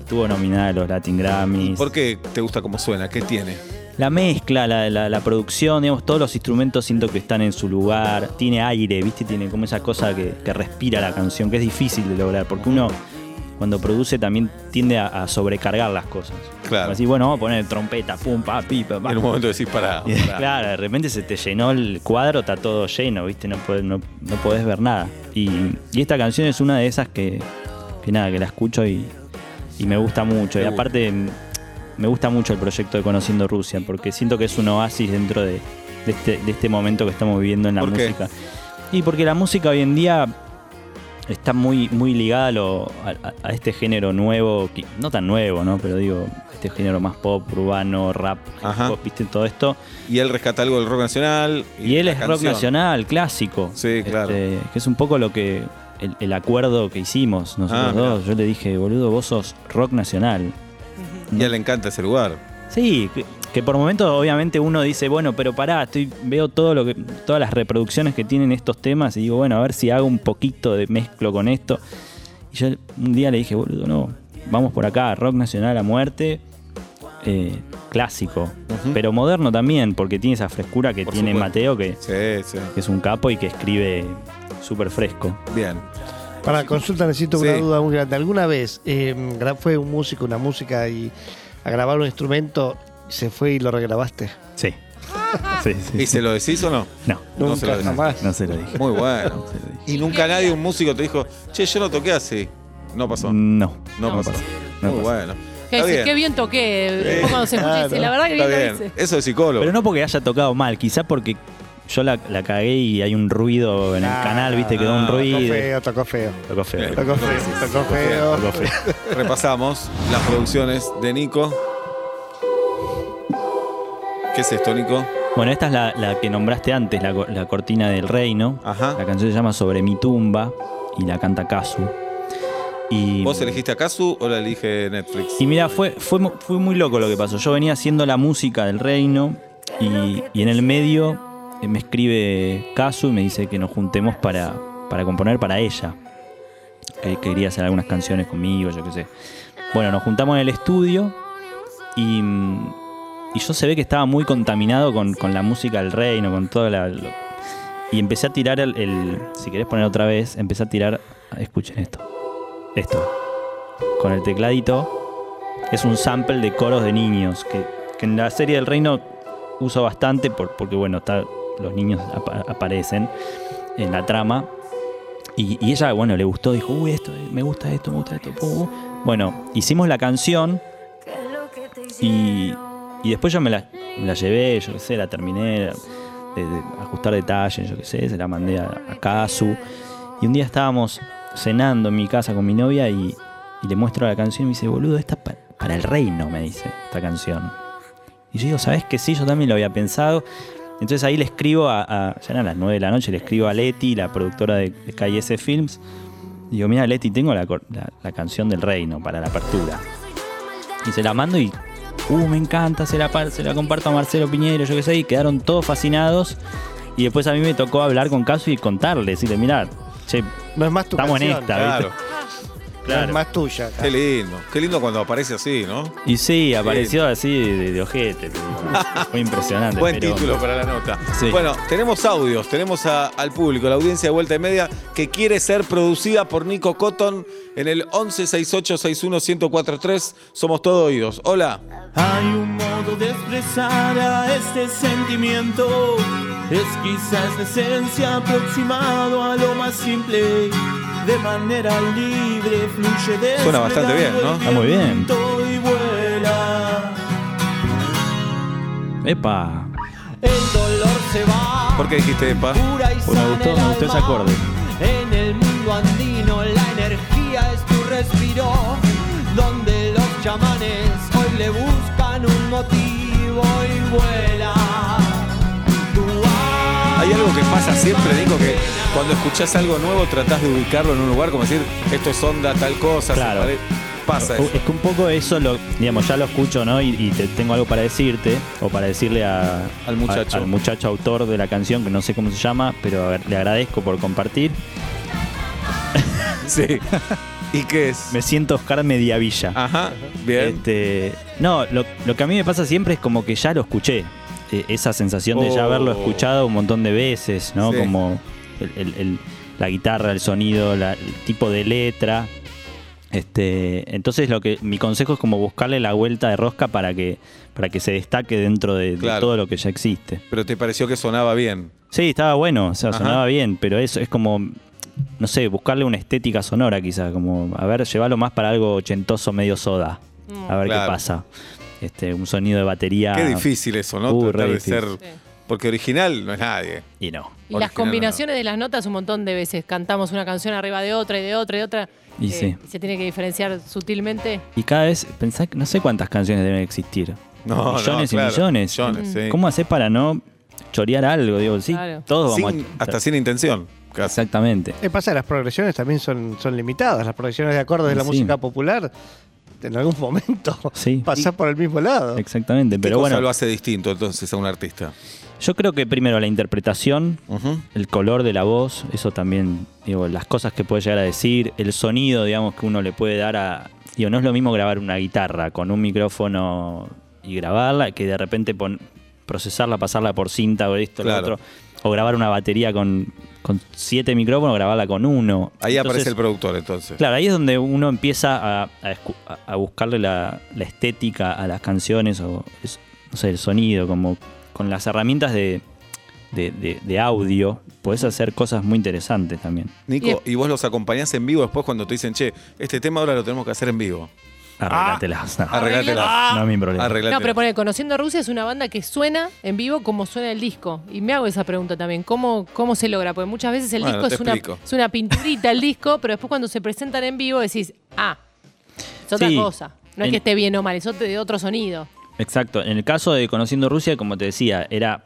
S5: estuvo nominada a los Latin Grammys.
S3: ¿Por qué te gusta cómo suena? ¿Qué tiene?
S5: La mezcla, la, la- la producción, digamos, todos los instrumentos siento que están en su lugar. Tiene aire, ¿viste? Tiene como esa cosa que, que respira la canción, que es difícil de lograr, porque uno cuando produce también tiende a, a sobrecargar las cosas.
S3: Claro.
S5: Así, bueno, vamos a poner trompeta, pum, pa, pi, pa, pa.
S3: En un momento decís pará.
S5: Y,
S3: pará.
S5: claro, de repente se te llenó el cuadro, está todo lleno, ¿viste? No podés, no, no podés ver nada. Y, y esta canción es una de esas que, que nada, que la escucho y, y me gusta mucho. Y
S3: Te gusta.
S5: aparte, me gusta mucho el proyecto de Conociendo Rusia, porque siento que es un oasis dentro de, de este, de este momento que estamos viviendo en la
S3: ¿Por qué?
S5: música. Y porque la música hoy en día está muy, muy ligada a, lo- a- a- a este género nuevo, que- no tan nuevo, ¿no? Pero digo, este género más pop, urbano, rap, hip
S3: Ajá.
S5: hop, viste todo esto.
S3: Y él rescata algo del rock nacional.
S5: Y él
S3: la
S5: es rock
S3: canción.
S5: nacional, clásico.
S3: Sí, claro.
S5: Este, que es un poco lo que. El, el acuerdo que hicimos nosotros
S3: Ah, mirá.
S5: dos. Yo le dije, boludo, vos sos rock nacional.
S3: Y a él le encanta ese lugar.
S5: Sí, que, que por momentos obviamente uno dice, bueno, pero pará, estoy, veo todo lo que, todas las reproducciones que tienen estos temas y digo, bueno, a ver si hago un poquito de mezclo con esto. Y yo un día le dije, boludo, no, vamos por acá, rock nacional a muerte, eh, clásico,
S3: Ujú.
S5: pero moderno también, porque tiene esa frescura que
S3: Por
S5: tiene
S3: supuesto.
S5: Mateo, que,
S3: Sí, sí.
S5: que es un capo y que escribe súper fresco.
S3: Bien.
S6: Para consulta necesito una
S3: Sí.
S6: duda muy grande. ¿Alguna vez eh, gra- fue un músico, una música y a grabar un instrumento se fue y lo regrabaste?
S5: Sí. sí, sí,
S3: ¿Y
S5: sí.
S3: se lo decís o no?
S5: No,
S3: No se lo
S6: Nunca,
S3: dicen.
S6: jamás.
S5: no se lo dije.
S3: Muy bueno.
S5: se lo dije.
S3: Y nunca nadie, un músico, te dijo, che, yo no toqué así. No pasó. No,
S5: No,
S3: pasó.
S5: No
S3: Muy
S5: pasó.
S3: bueno.
S4: Que
S3: Está
S4: dice,
S3: bien.
S4: qué bien toqué.
S3: Sí.
S4: Después cuando se escucha, dice, la verdad que
S3: Está
S4: bien, lo
S3: bien.
S4: hice.
S3: Eso es psicólogo.
S5: Pero no porque haya tocado mal, quizá porque yo la, la cagué y hay un ruido en el
S6: Ah,
S5: canal, viste, quedó un
S3: tocó
S5: ruido.
S6: Tocó feo, tocó feo.
S5: Tocó feo.
S6: Tocó feo, tocó feo.
S5: Tocó feo.
S3: Repasamos las producciones de Nico. ¿Qué es esto, Nico?
S5: Bueno, esta es la, la que nombraste antes, la, co- la cortina del reino.
S3: Ajá.
S5: La canción se llama Sobre mi tumba y la canta Kazu. Y,
S3: ¿Vos elegiste a Kazu o la elige Netflix?
S5: Y mira, fue, fue, mu- fue muy loco lo que pasó. Yo venía haciendo la música del reino y, y en el medio eh, me escribe Casu y me dice que nos juntemos para, para componer para ella. Que quería hacer algunas canciones conmigo, yo qué sé. Bueno, nos juntamos en el estudio y, mm, y yo se ve que estaba muy contaminado con, con la música del reino, con toda la... lo- y empecé a tirar el, el- Si querés poner otra vez, empecé a tirar... Escuchen esto. Esto. Con el tecladito es un sample de coros de niños, que, que en la serie del reino uso bastante por- porque, bueno, está- los niños apa- aparecen en la trama. Y, y ella, bueno, le gustó, dijo, uy, esto, eh, me gusta esto, me gusta esto. pum". Bueno, hicimos la canción y, y después yo me la, me la llevé, yo qué sé, la terminé de, de ajustar detalles, yo qué sé, se la mandé a, a Kazu. Y un día estábamos cenando en mi casa con mi novia y, y le muestro la canción y me dice, boludo, esta es pa- para el reino, me dice, esta canción. Y yo digo, ¿sabes qué? Sí, yo también lo había pensado. Entonces ahí le escribo a, a- ya eran las 9 de la noche, le escribo a Leti, la productora de, de KS Films. Y digo, mira, Leti, tengo la, cor- la- la canción del reino para la apertura. Y se la mando y, uh, me encanta, se la, par- se la comparto a Marcelo Piñero, yo qué sé, y quedaron todos fascinados. Y después a mí me tocó hablar con Casu y contarle, decirle, mirá, che,
S6: No es más tu
S5: Estamos en
S6: canción,
S5: esta,
S3: Claro.
S6: No es más tuya.
S3: Qué lindo. Qué lindo cuando aparece así, ¿no?
S5: Y sí, apareció así de, de ojete. te digo. Fue impresionante.
S3: Buen
S5: pero-
S3: título para la nota.
S5: Sí.
S3: Bueno, tenemos audios, tenemos a- al público, la audiencia de Vuelta y Media, que quiere ser producida por Nico Cotton en el 1168611043. Somos todo oídos. Hola.
S7: Hay un modo de expresar a este sentimiento. Es quizás la esencia aproximado a lo más simple. De manera libre fluye
S3: Suena bastante bien, ¿no?
S5: Está muy bien.
S7: Todo y vuela.
S5: Epa.
S7: El dolor se va.
S3: ¿Por qué dijiste epa?
S7: Pura y
S5: Pues me
S7: sana
S5: gustó,
S7: el
S5: me gustó ese
S7: alma.
S5: acorde.
S7: En el mundo andino la energía es tu respiro. Donde los chamanes hoy le buscan un motivo y vuela.
S3: Hay algo que pasa siempre, Nico, que cuando escuchás algo nuevo tratás de ubicarlo en un lugar, como decir, esto es onda, tal cosa. se
S5: Claro.
S3: pare- Pasa eso.
S5: Es que un poco eso lo, digamos, ya lo escucho, ¿no? Y, y te- tengo algo para decirte, o para decirle a-
S3: Al muchacho.
S5: a- al muchacho autor de la canción, que no sé cómo se llama, pero a ver, le agradezco por compartir.
S3: Sí. ¿Y qué es?
S5: Me siento Oscar Mediavilla.
S3: Ajá, bien.
S5: Este, no, lo, lo que a mí me pasa siempre es como que ya lo escuché. Eh, esa sensación de ya
S3: Oh.
S5: haberlo escuchado un montón de veces, ¿no?
S3: Sí.
S5: Como el- el- el- la guitarra, el sonido, la- el tipo de letra. Este, entonces lo que mi consejo es como buscarle la vuelta de rosca para que para que se destaque dentro de, de
S3: Claro.
S5: todo lo que ya existe.
S3: Pero te pareció que sonaba bien.
S5: Sí, estaba bueno, o sea,
S3: Ajá.
S5: sonaba bien, pero eso es como no sé, buscarle una estética sonora quizá, como a ver, llevarlo más para algo ochentoso medio soda. A ver
S3: Claro.
S5: qué pasa. este, un sonido de batería.
S3: Qué difícil eso, ¿no?
S5: Ah, Uh,
S3: Tratar
S5: re
S3: de ser.
S5: difícil.
S4: Sí.
S3: Porque original no es nadie.
S5: Y no.
S4: Y
S3: Original,
S4: las combinaciones de las notas un montón de veces. Cantamos una canción arriba de otra y de otra y de otra. Eh,
S5: Y sí.
S4: Se tiene que diferenciar sutilmente.
S5: Y cada vez, pensá, que no sé cuántas canciones deben existir.
S3: No, no,
S5: millones y
S3: claro,
S5: millones.
S3: millones, sí.
S5: ¿Cómo haces para no chorear algo? Digo, sí,
S4: Claro.
S5: todos vamos
S3: Sin-
S5: a-
S3: hasta sin intención. casi.
S5: Exactamente.
S6: Eh, pasa que las progresiones también son, son limitadas. Las progresiones de acordes de la
S5: Sí.
S6: música popular, en algún momento,
S5: Sí.
S6: pasás por el mismo lado.
S5: Exactamente.
S3: ¿Qué
S5: Pero
S3: cosa
S5: bueno,
S3: lo hace distinto entonces a un artista?
S5: yo creo que primero la interpretación,
S3: Ujú.
S5: el color de la voz, eso también, digo, las cosas que puede llegar a decir, el sonido, digamos, que uno le puede dar a. Digo, no es lo mismo grabar una guitarra con un micrófono y grabarla que de repente pon- procesarla, pasarla por cinta o esto,
S3: Claro.
S5: lo otro. O grabar una batería con, con siete micrófonos, grabarla con uno.
S3: Ahí aparece
S5: Entonces,
S3: el productor entonces.
S5: Claro, ahí es donde uno empieza a, a escu- a- a buscarle la, la estética a las canciones o es- no sé, el sonido, como con las herramientas de, de- de- de audio, podés hacer cosas muy interesantes también.
S3: Nico, ¿y vos los acompañás en vivo después cuando te dicen, che, este tema ahora lo tenemos que hacer en vivo?
S5: Arreglatelas. no,
S3: Arreglátela.
S5: no es mi problema.
S3: Arreglátela.
S4: No, pero poner Conociendo a Rusia es una banda que suena en vivo como suena el disco. Y me hago esa pregunta también. ¿Cómo, cómo se logra? Porque muchas veces el
S3: Bueno, te
S4: disco es una,
S3: explico.
S4: es una pinturita, el disco, pero después cuando se presentan en vivo decís, ah, es otra
S5: Sí.
S4: cosa. No es
S5: En-
S4: que esté bien o mal, es otro, de otro sonido.
S5: Exacto. En el caso de Conociendo Rusia, como te decía, era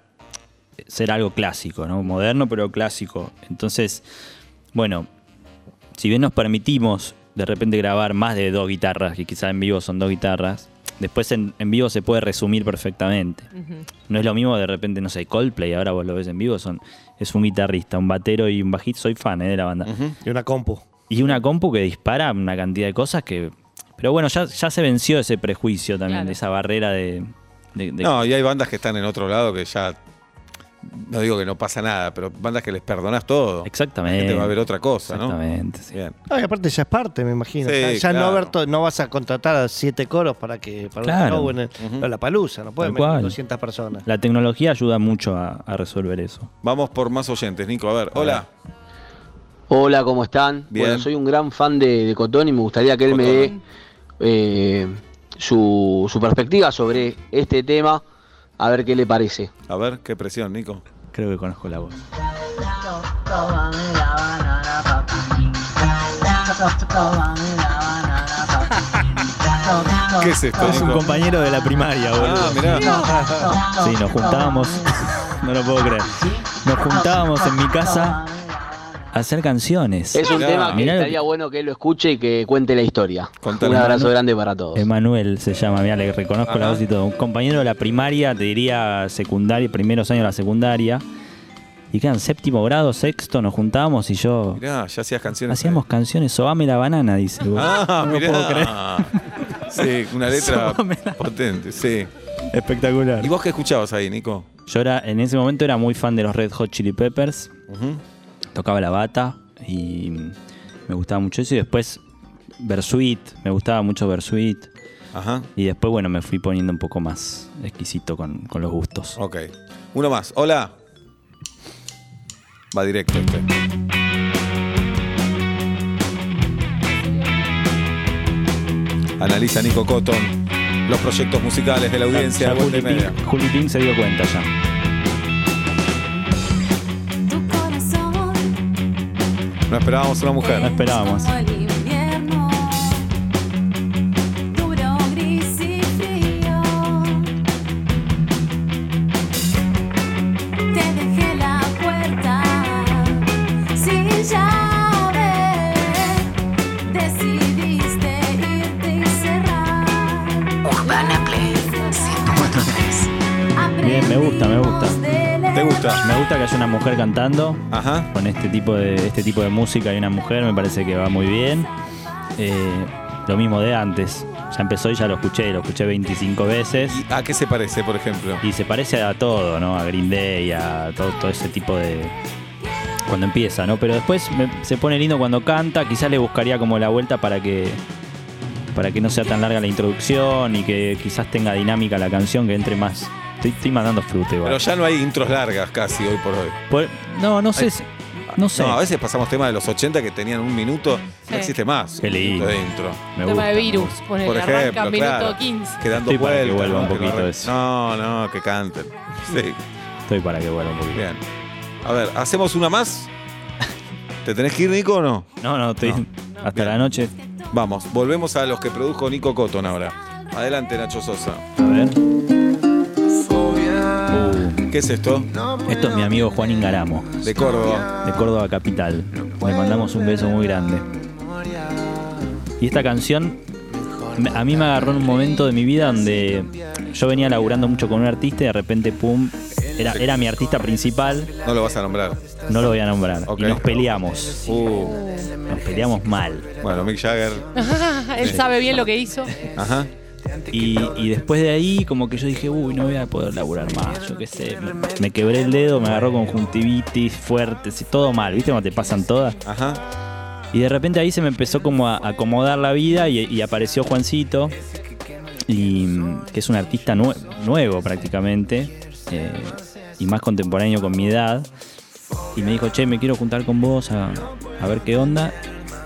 S5: ser algo clásico, ¿no? Moderno, pero clásico. Entonces, bueno, si bien nos permitimos de repente grabar más de dos guitarras, que quizá en vivo son dos guitarras, después en, en vivo se puede resumir perfectamente. No es lo mismo de repente, no sé, Coldplay, ahora vos lo ves en vivo, son, es un guitarrista, un batero y un bajista, soy fan eh, de la banda.
S6: Y una compu.
S5: Y una compu que dispara una cantidad de cosas que... Pero bueno, ya, ya se venció ese prejuicio también,
S4: Claro.
S5: de esa barrera de... de- de-
S3: No, y hay bandas que están en otro lado que ya. No digo que no pasa nada, pero bandas que les perdonás todo.
S5: Exactamente.
S3: La gente va a ver otra cosa, ¿no?
S5: Exactamente, sí.
S3: Bien.
S6: No, y aparte ya es parte, me imagino.
S3: Sí,
S6: ya ya no,
S3: claro.
S6: haber to- no vas a contratar a siete coros para que para
S5: Claro.
S6: un show en el- la palusa, no pueden
S5: Tal
S6: meter
S5: cual.
S6: 200 personas.
S5: La tecnología ayuda mucho a, a resolver eso.
S3: Vamos por más oyentes, Nico. A ver, hola.
S8: Hola, ¿cómo están?
S3: Bien.
S8: Bueno, soy un gran fan de, de Cotón y me gustaría que él me dé eh, su, su perspectiva sobre este tema, a ver qué le parece.
S3: A ver, qué presión, Nico.
S5: Creo que conozco la voz.
S3: ¿Qué es esto,
S5: Es un
S3: Nico?
S5: compañero de la primaria,
S3: Ah,
S5: boludo.
S3: mirá.
S5: Sí, nos juntábamos. No lo puedo creer. Nos juntábamos en mi casa a hacer canciones.
S8: Es un
S3: Mirá.
S8: tema que
S5: Mirá lo
S8: estaría
S5: que-
S8: bueno que él lo escuche y que cuente la historia.
S3: Contame,
S8: un abrazo
S5: Manu.
S8: grande para todos.
S5: Emanuel se llama, mira, le reconozco la
S3: Ajá.
S5: voz y todo. Un compañero de la primaria, te diría secundaria, primeros años de la secundaria. Y quedan séptimo grado, sexto, nos juntábamos y yo
S3: Mirá, ya hacías canciones.
S5: hacíamos canciones. Sobame la banana, dice. boludo.
S3: Ah,
S5: No lo
S3: mirá.
S5: puedo creer.
S3: Sí, una letra
S5: Súbamela.
S3: potente, sí.
S5: Espectacular.
S3: ¿Y vos qué escuchabas ahí, Nico?
S5: Yo era, en ese momento era muy fan de los Red Hot Chili Peppers,
S3: Ujú.
S5: tocaba la bata y me gustaba mucho eso. Y después Versuit, me gustaba mucho Versuit.
S3: Ajá,
S5: Y después, bueno, me fui poniendo un poco más exquisito con, con los gustos.
S3: ok. Uno más, hola. Va directo este. Analiza Nico Cotton los proyectos musicales de la audiencia
S5: Ya
S3: de Vuelta y
S5: Juli,
S3: Media.
S5: Pink, Juli Pink se dio cuenta ya.
S9: Tu corazón
S3: No esperábamos una
S9: es
S3: mujer.
S5: esperábamos.
S9: como el invierno, duro, gris y frío. Te dejé la puerta sin llave. Decidiste irte y cerrar.
S2: Urbana Play 104.3.
S5: Bien, me gusta, me gusta.
S3: ¿Te gusta?
S5: Me gusta que haya una mujer cantando.
S3: Ajá.
S5: Con este tipo de, este tipo de música y una mujer me parece que va muy bien. Eh, lo mismo de antes. Ya empezó y ya lo escuché, lo escuché 25 veces.
S3: ¿Y ¿A qué se parece, por ejemplo?
S5: Y se parece a todo, ¿no? A Green Day, a todo, todo ese tipo de... Cuando empieza, ¿no? Pero después me- se pone lindo cuando canta, quizás le buscaría como la vuelta para que para que no sea tan larga la introducción y que quizás tenga dinámica la canción, que entre más... Estoy, estoy mandando fruta igual.
S3: Pero ya no hay intros largas casi hoy por hoy.
S5: Por- no, no sé si... No sé.
S3: No, a veces pasamos temas de los 80 que tenían un minuto,
S4: Sí.
S3: no existe más.
S5: Qué
S3: un minuto
S5: lindo.
S3: de intro.
S4: tema
S5: Me
S4: de
S5: gusta.
S4: virus, ponele,
S3: Por ejemplo,
S4: arranca minuto
S3: claro,
S4: 15.
S3: Que dando
S5: Estoy para que
S3: vueltas,
S5: vuelva
S3: ¿no?
S5: un
S3: Que lo
S5: poquito
S3: arran-
S5: eso.
S3: No, no, que canten. Sí,
S5: Estoy para que vuelva un poquito.
S3: bien. A ver, ¿hacemos una más? ¿Te tenés que ir, Nico, o no?
S5: No, no, estoy.
S3: No.
S5: Hasta
S3: Bien.
S5: la noche.
S3: Vamos, volvemos a los que produjo Nico Cotton ahora. Adelante, Nacho Sosa.
S5: A ver. Uh,
S3: ¿Qué es esto?
S5: esto es mi amigo Juan Ingaramo,
S3: De Córdoba.
S5: de Córdoba Capital. Le mandamos un beso muy grande. Y esta canción me- a mí me agarró en un momento de mi vida donde yo venía laburando mucho con un artista y de repente, pum, era, era mi artista principal,
S3: No lo vas a nombrar.
S5: no lo voy a nombrar.
S3: Ok.
S5: Y nos peleamos,
S3: Uh,
S5: nos peleamos mal.
S3: bueno, Mick Jagger.
S4: Él sabe bien lo que hizo.
S3: Ajá.
S5: Y, y después de ahí, como que yo dije, uy, no voy a poder laburar más, yo qué sé. Me, me quebré el dedo, me agarró conjuntivitis fuertes y todo mal, ¿viste? Cuando te pasan todas.
S3: Ajá.
S5: Y de repente ahí se me empezó como a acomodar la vida y, y apareció Juancito, y, mm, que es un artista nue- nuevo prácticamente, eh, y más contemporáneo con mi edad. Y me dijo, che, me quiero juntar con vos a, a ver qué onda.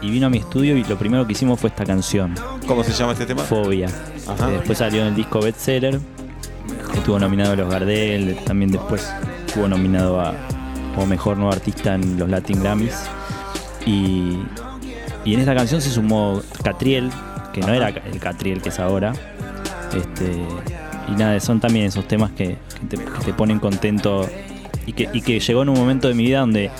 S5: Y vino a mi estudio y lo primero que hicimos fue esta canción.
S3: ¿Cómo se llama este tema?
S5: Fobia.
S3: Ajá.
S5: que después salió en el disco bestseller. Estuvo nominado a los Gardel. También después estuvo nominado a como mejor nuevo artista en los Latin Grammys. Y, y en esta canción se sumó Catriel, que no era el Catriel que es ahora. Este, y nada, son también esos temas que, que te, que te ponen contento y que, y que llegó en un momento de mi vida donde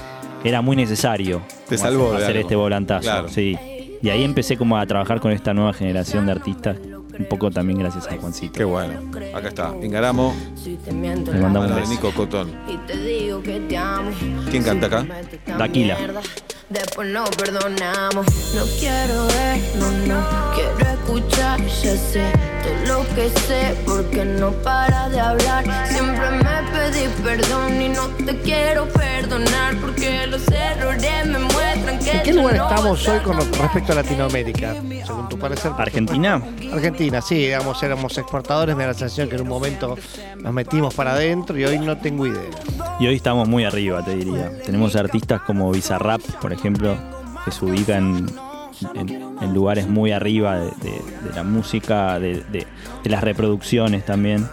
S5: era muy necesario
S3: Te
S5: como
S3: salvó de
S5: hacer
S3: algo.
S5: este volantazo.
S3: Claro.
S5: Sí. Y ahí empecé como a trabajar con esta nueva generación de artistas, un poco también gracias a Juancito.
S3: Qué bueno. Acá está. Ingaramo,
S5: Le mandamos
S3: mano
S5: un
S3: de
S5: beso.
S3: Nico Cotton.
S10: Y te digo que te amo.
S3: ¿Quién canta acá?
S5: Daquila.
S10: Después pues no perdonamos. No quiero vernos, no quiero escuchar. Ya sé todo lo que sé, porque no para de hablar. Siempre me pedí perdón y no te quiero perdonar, porque los errores me muestran que.
S6: ¿En qué lugar estamos hoy con respecto a Latinoamérica? Según tu parecer.
S5: Argentina,
S6: Argentina, sí, digamos, éramos exportadores, me da la sensación que en un momento nos metimos para adentro y hoy no tengo idea.
S5: y hoy estamos muy arriba, te diría. Tenemos artistas como Bizarrap, por ejemplo, que se ubican en, en lugares muy arriba de, de- de la música, de, de- de las reproducciones también.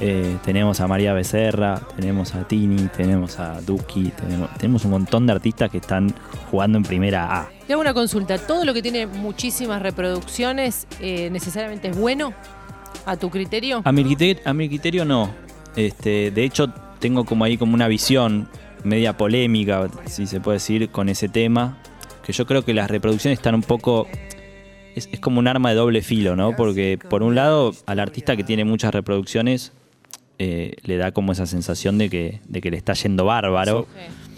S5: Eh, tenemos a María Becerra, tenemos a Tini, tenemos a Duki, tenemos, tenemos un montón de artistas que están jugando en primera A.
S4: Te hago una consulta. ¿Todo lo que tiene muchísimas reproducciones eh, necesariamente es bueno? ¿A tu criterio?
S5: A mi criterio, a mi criterio no. Este, de hecho, tengo como ahí como una visión media polémica, si se puede decir, con ese tema. Que yo creo que las reproducciones están un poco. Es, es como un arma de doble filo, ¿no? Porque por un lado, al artista que tiene muchas reproducciones, eh, le da como esa sensación de que, de que le está yendo bárbaro.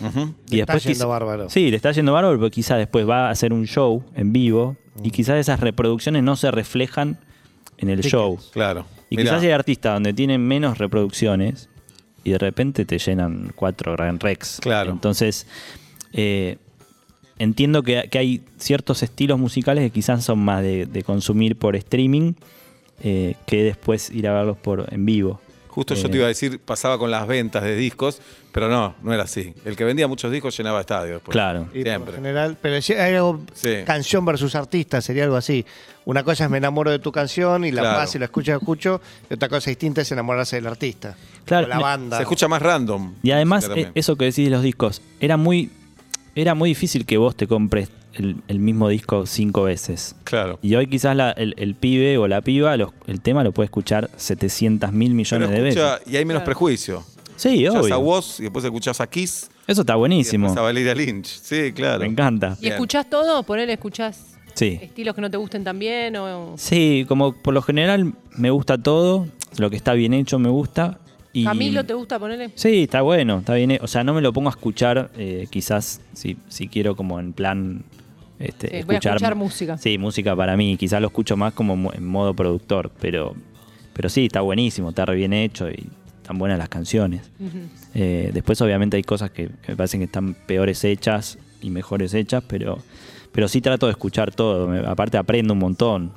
S3: Ujú.
S5: Y
S6: Le está
S5: después
S6: yendo bárbaro.
S5: Sí, le está yendo bárbaro, pero quizás después va a hacer un show en vivo
S6: Mm.
S5: y quizás esas reproducciones no se reflejan en el show.
S3: Claro.
S5: Y
S3: Mirá.
S5: quizás hay artistas donde tienen menos reproducciones y de repente te llenan cuatro Grand Rex.
S3: Claro.
S5: Entonces, eh, entiendo que, que hay ciertos estilos musicales que quizás son más de, de consumir por streaming eh, que después ir a verlos por en vivo.
S3: Justo yo
S5: Eh,
S3: te iba a decir, pasaba con las ventas de discos, pero no, no era así. El que vendía muchos discos llenaba estadios. después.
S5: Claro.
S6: Y por lo
S3: Siempre.
S6: general, pero si hay algo,
S3: Sí.
S6: canción versus artista, sería algo así. Una cosa es me enamoro de tu canción y la
S3: Claro.
S6: más y la escucho, la escucho, y otra cosa distinta es enamorarse del artista.
S5: Claro,
S6: O la
S5: me-
S6: banda.
S3: Se escucha más random.
S5: Y además,
S3: Claramente.
S5: e- eso que decís de los discos, era muy, era muy difícil que vos te compres el, el mismo disco cinco veces.
S3: Claro.
S5: Y hoy quizás la- el, el pibe o la piba, los- el tema lo puede escuchar 700 mil
S3: Pero
S5: millones de
S3: escucha,
S5: veces.
S3: y hay menos prejuicio.
S5: Sí,
S3: Escuchás a
S5: obvio.
S3: vos y después escuchás a Kiss.
S5: Eso está
S3: Y
S5: buenísimo.
S3: después a Valeria Lynch. Sí, claro.
S5: Me encanta.
S4: ¿Y
S3: Bien.
S4: escuchás todo? Por él escuchás
S5: Sí.
S4: estilos que no te gusten también o
S5: Sí, como por lo general me gusta todo, lo que está bien hecho me gusta. Y
S4: Camilo te gusta ponerle
S5: Sí, está bueno, está bien. O sea, no me lo pongo a escuchar, eh, quizás si, si quiero como en plan... Este,
S4: Sí, voy a escuchar música.
S5: Sí, música para mí. Quizás lo escucho más como mo- en modo productor, pero, pero sí, está buenísimo, está re bien hecho y están buenas las canciones. Eh, después obviamente hay cosas que, que me parecen que están peores hechas y mejores hechas, pero, pero sí trato de escuchar todo. Me- aparte aprendo un montón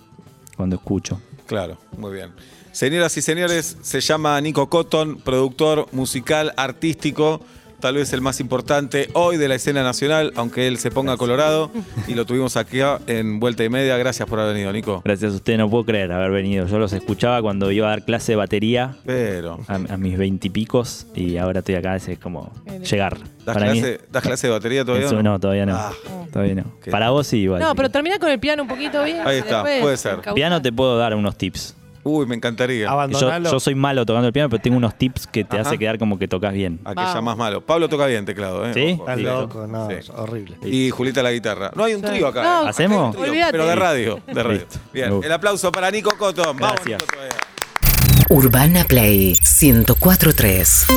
S5: cuando escucho.
S3: Claro, muy bien. Señoras y señores, se llama Nico Cotton, productor musical, artístico. tal vez el más importante hoy de la escena nacional, aunque él se ponga colorado. Y lo tuvimos aquí en Vuelta y Media. Gracias por haber venido, Nico.
S5: Gracias a usted, no puedo creer haber venido. Yo los escuchaba cuando iba a dar clase de batería
S3: Pero.
S5: a, a mis veintipicos y, ahora estoy acá, es como llegar.
S3: ¿Das,
S5: Para mí-
S3: clase, das clase de batería
S5: en
S3: todavía? o
S5: su- no, todavía no.
S3: Ah.
S5: todavía no.
S3: Qué-
S5: Para vos sí, igual.
S4: No, pero termina con el piano un poquito bien.
S3: Ahí está,
S4: después
S3: puede ser.
S4: encauzás.
S5: Piano te puedo dar unos tips.
S3: Uy, me encantaría.
S6: Ah,
S5: Que Yo,
S6: Abandonalo.
S5: yo soy malo tocando el piano, pero tengo unos tips que te
S3: Ajá.
S5: hace quedar como que tocas bien.
S3: A que
S4: Vamos.
S3: ya más malo. Pablo toca bien teclado, ¿eh?
S5: ¿Sí?
S3: Ojo.
S6: Estás
S5: Sí.
S6: loco, no,
S3: Sí.
S6: es horrible.
S3: Y Julita la guitarra. No hay un trío acá. ¿eh?
S4: No,
S3: Acá hay
S5: ¿Hacemos?
S3: un trío,
S4: Olvídate.
S3: Pero de radio. De radio.
S5: Listo. Me
S3: Bien.
S5: gusta.
S3: El aplauso para Nico Cotton. Vamos,
S5: Gracias.
S3: Nico, todavía.
S2: Urbana Play 1043.